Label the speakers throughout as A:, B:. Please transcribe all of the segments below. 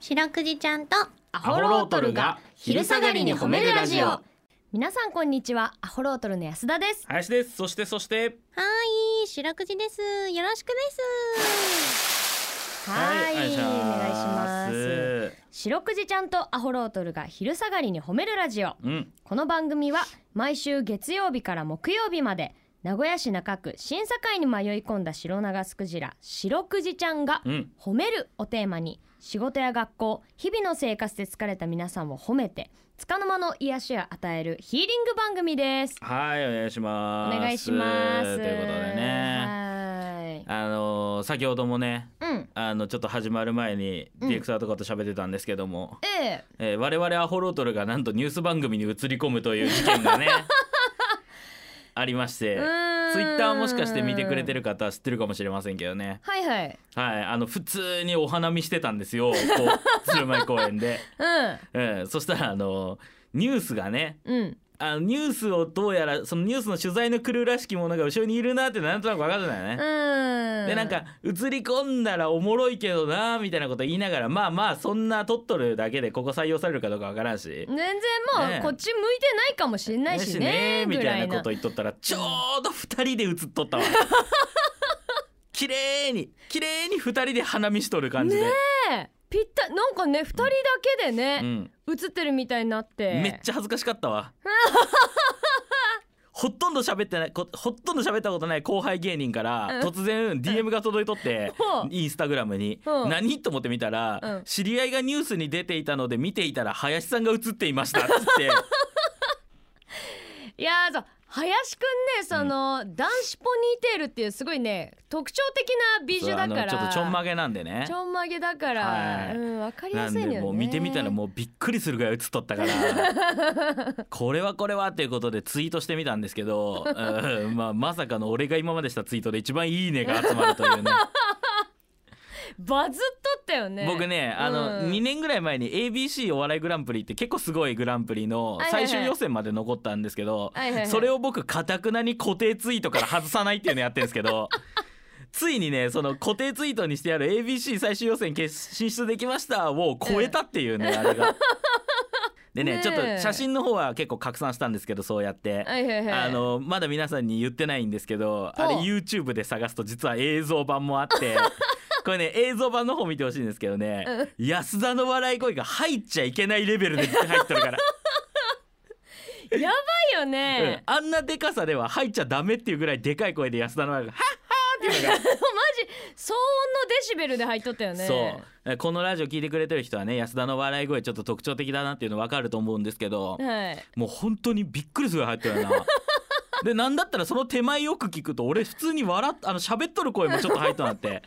A: 白くじちゃんと
B: ア
C: ホロートルが昼下がりに褒めるラジオ
B: 皆さんこんにちはアホロートルの安田です
C: 林ですそしてそして
A: はーい白くじですよろしくです
B: はいお願いします
C: す
B: 白くじちゃんとアホロートルが昼下がりに褒めるラジオ
C: うん
B: この番組は毎週月曜日から木曜日まで名古屋市中区審査会に迷い込んだ白長スクジラ白くじちゃんが
C: うん
B: 褒めるをテーマに仕事や学校日々の生活で疲れた皆さんを褒めて束の間の癒しを与えるヒーリング番組です
C: はいお願いし
B: お
C: ます
B: 願いします
C: ということでね
B: ね
C: あのー先ほどもね
B: はいうん
C: あのちょっと始まる前に
B: う
C: デ
B: ん
C: ィレクターとかと喋ってたんですけども、
B: ええ
C: えー我々アホロートルがなんとニュース番組に移り込むという事件 がねありまして
B: うーん
C: ツイッターもしかして見てくれてる方は知ってるかもしれませんけどね
B: はいはい
C: はいあの普通にお花見してたんですよこう鶴舞公園で、うん、そしたらあのニュースがね
B: うんうん
C: あのニュースをどうやらそのニュースの取材のクルーらしきものが後ろにいるなってなんとなく分かるんだよね、
B: うん
C: でなんか映り込んだらおもろいけどなみたいなこと言いながらまあまあそんな撮っとるだけでここ採用されるかどうかわからんし。
B: 全然もう
C: ねえ
B: こっち向いてないかもしれないしね
C: み
B: ぐ
C: た
B: ら
C: い
B: い
C: な
B: な
C: こと言っとったらちょうど2人で映っと ったわ綺麗に綺麗に2人で花見しとる感じで、
B: ねえぴったなんかね二人だけで
C: う
B: ね
C: ん、
B: 映ってるみたいになって
C: めっちゃ恥ずかしかっ たわほとんど喋ってないこほとんど喋ったことない後輩芸人から
B: うん
C: 突然 DM が届いとって
B: ほう
C: インスタグラムに
B: うん
C: 何と思って見た
B: う
C: ら
B: ん
C: 知り合いがニュースに出ていたので見ていたら林さんが映っていましたっつって
B: いやーそう林くんねその、男子ポニーテールっていうすごいね特徴的な美女
C: そうあ
B: だ
C: の
B: から
C: ちょっとちょんまげなんでね
B: ちょんまげだから、
C: はい
B: うんわかり
C: な
B: や
C: ん
B: すいのよ
C: で
B: ね
C: もう見てみたらもうびっくりするぐらい映っとったから これはこれはっていうことでツイートしてみたんですけど、うんまあ、まさかの俺が今までしたツイートで一番いいねが集まるというね
B: バズっとったよね
C: 僕ねあの、
B: うん
C: 2年ぐらい前に ABC お笑いグランプリって結構すごいグランプリの
B: はいはいはい
C: 最終予選まで残ったんですけど、
B: はいはいはい
C: それを僕かたくなに固定ツイートから外さないっていうのやってるんですけ ど。ついにねその固定ツイートにしてある ABC 最終予選決進出できましたを超えたっていうね、あれが。でね
B: ねえ
C: ちょっと写真の方は結構拡散したんですけどそうやって、
B: はいはいはい
C: あのまだ皆さんに言ってないんですけど
B: ほう
C: あれ YouTube で探すと実は映像版もあって これね映像版の方見てほしいんですけどね、安田の笑い声が入っちゃいけないレベルで入って るから、
B: やばいよね、
C: うんあんなでかさでは入っちゃダメっていうぐらいでかい声で安田の笑いが「はっはー」っていうのが
B: マジ騒音のデシベルで入っとったよね
C: そうえこのラジオ聞いてくれてる人はね安田の笑い声ちょっと特徴的だなっていうの分かると思うんですけど
B: はい
C: もう本当にびっくりするぐらい入ってる よなでなんだったらその手前よく聞くと俺普通に笑っあの喋っとる声もちょっと入っとなって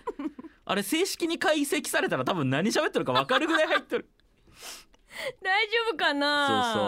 C: あれ正式に解析されたら多分何喋ってるか分かるぐらい入ってる
B: 大丈夫か
C: そうそう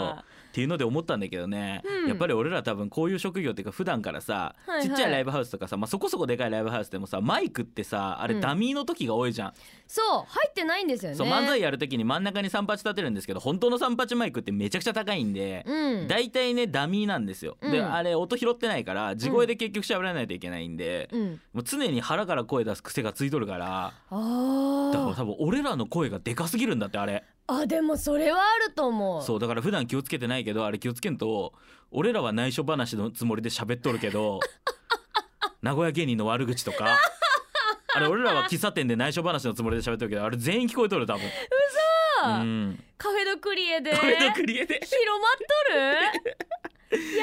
B: な
C: っていうので思ったんだけどね、
B: うん
C: やっぱり俺ら多分こういう職業っていうか普段からさ、
B: はいはい
C: ちっちゃいライブハウスとかさ、まあ、そこそこでかいライブハウスでもさマイクってさあ
B: う
C: れ
B: ん
C: ダミーの時が多いじゃん、
B: そう入ってないんですよね
C: そう漫才やる時に真ん中に三八立てるんですけど本当の三八マイクってめちゃくちゃ高いんで、
B: うん
C: 大体ねダミーなんですよ、
B: うん
C: であれ音拾ってないから地声で結局喋らないといけないんで、
B: うん
C: もう常に腹から声出す癖がついとるからだから
B: あ
C: 多分俺らの声がでかすぎるんだってあれ
B: ーあでもそれはあると思う
C: そうだから普段気をつけてないけどあれ気をつけんと俺らは内緒話のつもりで喋っとる けど名古屋芸人の悪口とかあれ俺らは喫茶店で内緒話のつもりで喋っとるけどあれ全員聞こえとる多分
B: 嘘
C: うん
B: カフェドクリエで
C: これの
B: 広
C: クリエで
B: まっとるい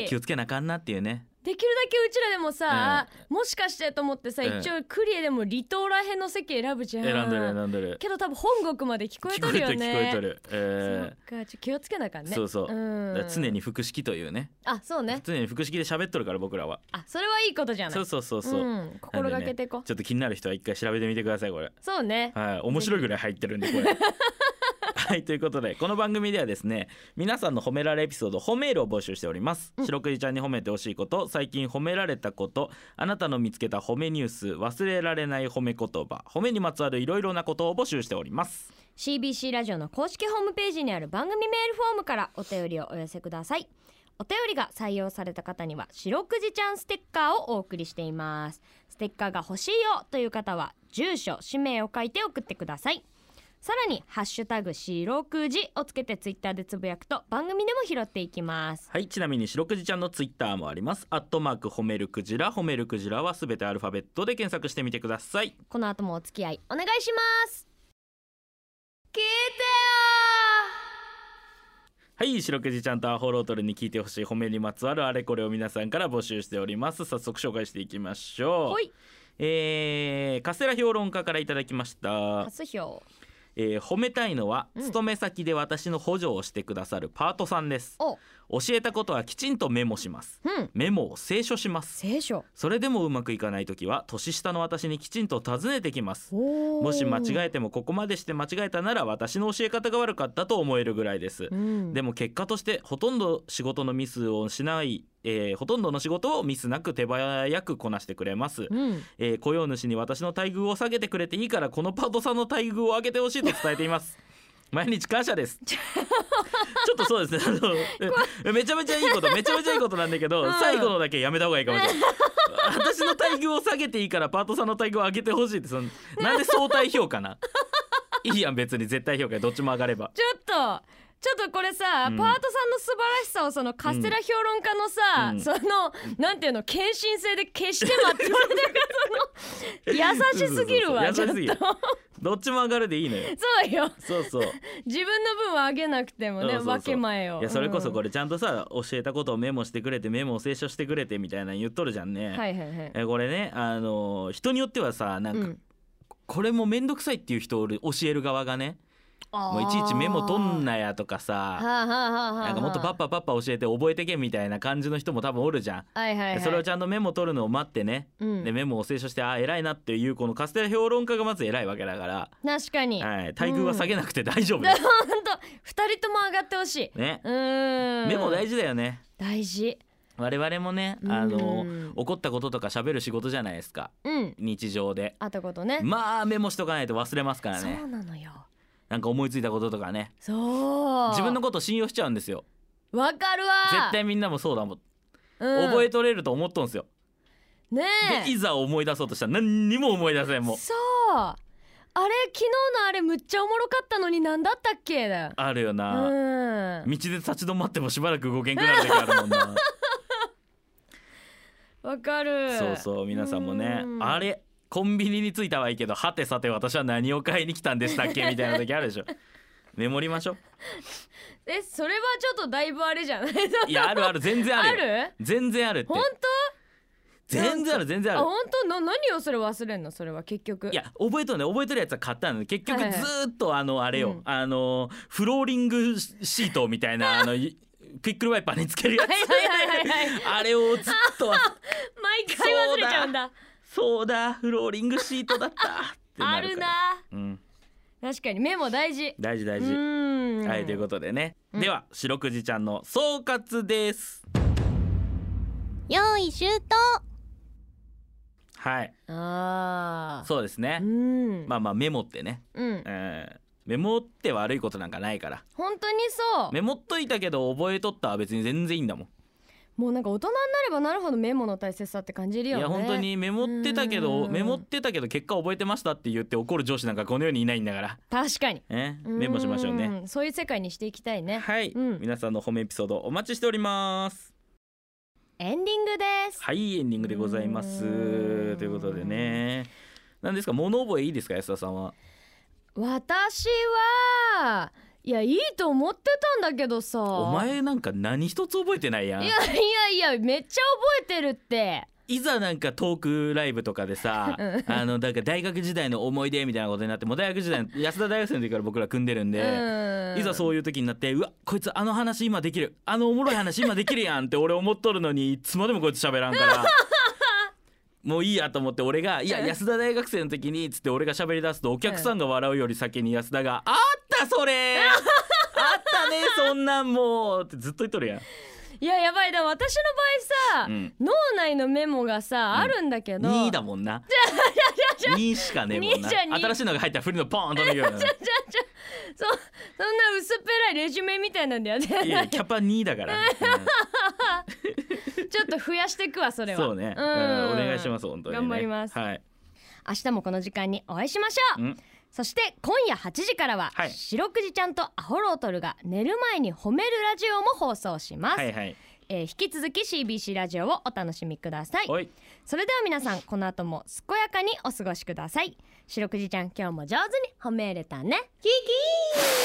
C: えー気をつけなあかんなっていうね
B: できるだけうちらでもさ、もしかしてと思ってさ、
C: うん
B: 一応クリエでも離島らへんの席選ぶじゃん
C: 選んでる選んでる
B: けど多分本国まで聞こえとるよね
C: 聞こえとる聞こえとる、
B: そ
C: え
B: っかちょ気をつけなあかん
C: ー
B: ね
C: そうそう、だから
B: ん、
C: 常に腹式というね
B: あそうね
C: 常に腹式で喋っとるから僕らは
B: あそれはいいことじゃない
C: そうそうそうそう、
B: うん、心がけてこ、
C: ちょっと気になる人は一回調べてみてくださいこれ
B: そうね
C: はい面白いぐらい入ってるんでこ れはいということでこの番組ではですね皆さんの褒められエピソード褒めールを募集しております、白くじちゃんに褒めてほしいこと最近褒められたことあなたの見つけた褒めニュース忘れられない褒め言葉褒めにまつわるいろいろなことを募集しております
B: CBC ラジオの公式ホームページにある番組メールフォームからお便りをお寄せくださいお便りが採用された方には白くじちゃんステッカーをお送りしていますステッカーが欲しいよという方は住所氏名を書いて送ってくださいさらに「ハッシュタグ白くじ」をつけてツイッターでつぶやくと番組でも拾っていきます
C: はいちなみに白くじちゃんのツイッターもありますアットマーク褒めるクジラ褒めるクジラはすべてアルファベットで検索してみてください
B: この後もお付き合いお願いします聞いてよ
C: はい白くじちゃんとアホロートルに聞いてほしい褒めにまつわるあれこれを皆さんから募集しております早速紹介していきましょう
B: ほい
C: えー、カステラ評論家からいただきました
B: カ、スヒョウ
C: えー褒めたいのは、
B: うん
C: 勤め先で私の補助をしてくださるパートさんです
B: お
C: 教えたことはきちんとメモします
B: うん
C: メモを清書します
B: 聖書
C: それでもうまくいかないときは年下の私にきちんと尋ねてきますも
B: も
C: し間違えてもここまでして間違えたなら私の教え方が悪かったと思えるぐらいです
B: うん、
C: でも結果としてほとんど仕事のミスをしない、えーほとんどの仕事をミスなく手早くこなしてくれます
B: うん、
C: えー雇用主に私の待遇を下げてくれていいからこのパートさんの待遇を上げてほしいと伝えて います。毎日感謝です。ちょっとそうですね。あのめちゃめちゃいいこと、めちゃめちゃいいことなんだけど、
B: うん
C: 最後のだけやめた方がいいかもし れない。私の待遇を下げていいからパートさんの待遇を上げてほしいってそのなんで相対評価な。いいやん別に絶対評価どっちも上がれば。
B: ちょっとちょっとこれさ、
C: うん
B: パートさんの素晴らしさをそのカステラ評論家のさ、
C: うん
B: そのなんていうの献身性で決して待ってるなんかその優しすぎるわち
C: そう
B: ょっと
C: そうそう優しすぎるどっちも上がるでいいのよ。
B: そうよ
C: そうそう。
B: 自分の分はあげなくてもね
C: そうそうそう
B: 分け前を
C: いやそれこそこ
B: れ、
C: れちゃんとさ教えたことをメモしてくれてメモを清書してくれてみたいなの言っとるじゃん
B: う
C: ね。
B: んはいはいはい
C: えこれねあのー人によってはさなん
B: う
C: か
B: ん
C: これも面倒くさいっていう人おる教える側がねもういちいちメモ取んなやとか
B: は
C: さ
B: あ、はあはあはあ、
C: なんかもっとパッパパッパ教えて覚えてけみたいな感じの人も多分おるじゃん。
B: はいはい、はい、
C: でそれをちゃんとメモ取るのを待ってね、
B: うん
C: でメモを清書してあー偉いなっていうこのカステラ評論家がまず偉いわけだから、
B: 確かに、
C: はい、待遇は下げなくて大丈夫
B: だ
C: で
B: ほ
C: す。
B: んと二人とも上がってほしい
C: ね
B: うーん
C: メモ大
B: 事
C: 事だよね
B: 大事
C: 我々もねあの
B: うん
C: 怒ったこととか喋る仕事じゃないですか
B: うん
C: 日常で
B: あったことね
C: まあメモしとかないと忘れますから
B: そ
C: ね
B: うなのよ
C: なんか思いついたこととかね
B: そう
C: 自分のこと信用しちゃうんですよ
B: わかるわ
C: 絶対みんなもそうだもん、
B: うん
C: 覚えとれると思っとんすよ
B: ね
C: でいざ思い出そうとしたら何にも思い出せんもう
B: そうあれ昨日のあれむっちゃおもろかったのになんだったっけだよ
C: あるよな、
B: うん
C: 道で立ち止まってもしばらく動けんくなる時あるも んな
B: わかる
C: そうそう皆さんもね
B: うん
C: あれコンビニに着いたはいいけどはてさて私は何を買いに来たんでしたっけみたいな時あるでしょメモりましょ
B: えそれはちょっとだいぶあれじゃない
C: ういやあるある全然あ
B: あ
C: るよ
B: る
C: 全然あるって
B: 本
C: 全然ある全然
B: 当
C: あ
B: あ
C: る
B: 本当の何をそれ忘れんのそれは結局
C: いや覚えとるね覚えとるやつは買ったので結局ず
B: はいはい
C: ーっとあのあれよ、
B: うん
C: あのフローリングシートみた いなあのいクイックルワイパーにつけるやつ
B: はいはいはいはい
C: あれをずっとは
B: 毎回忘れちゃうんだ
C: そうだフローリングシートだったってな
B: あ
C: る
B: る
C: から
B: な
C: うん、
B: 確かにメモ大事
C: 大事大
B: う
C: 事、
B: ん
C: はいということでね、
B: うん
C: では白くじちゃんの総括です
A: 用意周到
C: はい
B: ああ
C: そうですね、
B: うん
C: まあまあメモってね、
B: うん
C: えーメモって悪いことなんかないから
B: 本当にそう
C: メモっといたけど覚えとったは別に全然いいんだもん
B: もうなんか大人になればなるほどメモの大切さって感じる
C: い
B: よね
C: や本当にメモってたけ
B: う
C: ど
B: ん
C: メモってたけど結果覚えてましたって言って怒る上司なんかこの世にいないんだから、
B: 確かに
C: ね、メモしましょうね
B: んそういう世界にしていきたいね
C: はい、
B: うん
C: 皆さんの褒めエピソードお待ちしております
B: エンディングです
C: はいエンディングでございますと
B: うん
C: いうことでねなんですか物覚えいいですか安田さんは
B: 私はいやいいと思ってたんだけどさ
C: お前なんか何一つ覚えてないやん
B: いやいやいやめっちゃ覚えてるって
C: いざなんかトークライブとかでさ、
B: うん
C: あのだから大学時代の思い出みたいなことになってもう大学時代の安田大学生の時から僕ら組んでるんで、
B: うん
C: いざそういう時になってうわこいつあの話今できるあのおもろい話今できるやんって俺思っとるのにいつまでもこいつ喋らんから もういいやと思って俺が「いや安田大学生の時に」っつって俺が喋り出すとお客さんが笑うより先に安田が「あった それあったねそんなんもう」ってずっと言っとるやん。
B: いややばいだ私の場合さ、
C: うん
B: 脳内のメモがさあるんだけど、
C: 2だもんな。2しかねえもん
B: 二
C: な。
B: じゃ二
C: 新しいのが入ったら振りのポーンと抜けるような。
B: じゃじゃそそんな薄っぺらいレジュメみたいなんでやってない
C: いやいやキャパ2だ から、
B: ちょっと増やしていくわそれ
C: うん
B: は
C: そうね、うんお願いしますす本当に、ね、
B: 頑張ります
C: はい、
B: 明日もこの時間にお会いしましょう
C: うん
B: そして今夜8時からは、
C: はい
B: 白くじちゃんとアホロートルが寝る前に褒めるラジオも放送します、
C: はいはい
B: えー引き続き CBC ラジオをお楽しみください
C: おい
B: それでは皆さんこの後も健やかにお過ごしください白くじちゃん今日も上手に褒めれたねキキー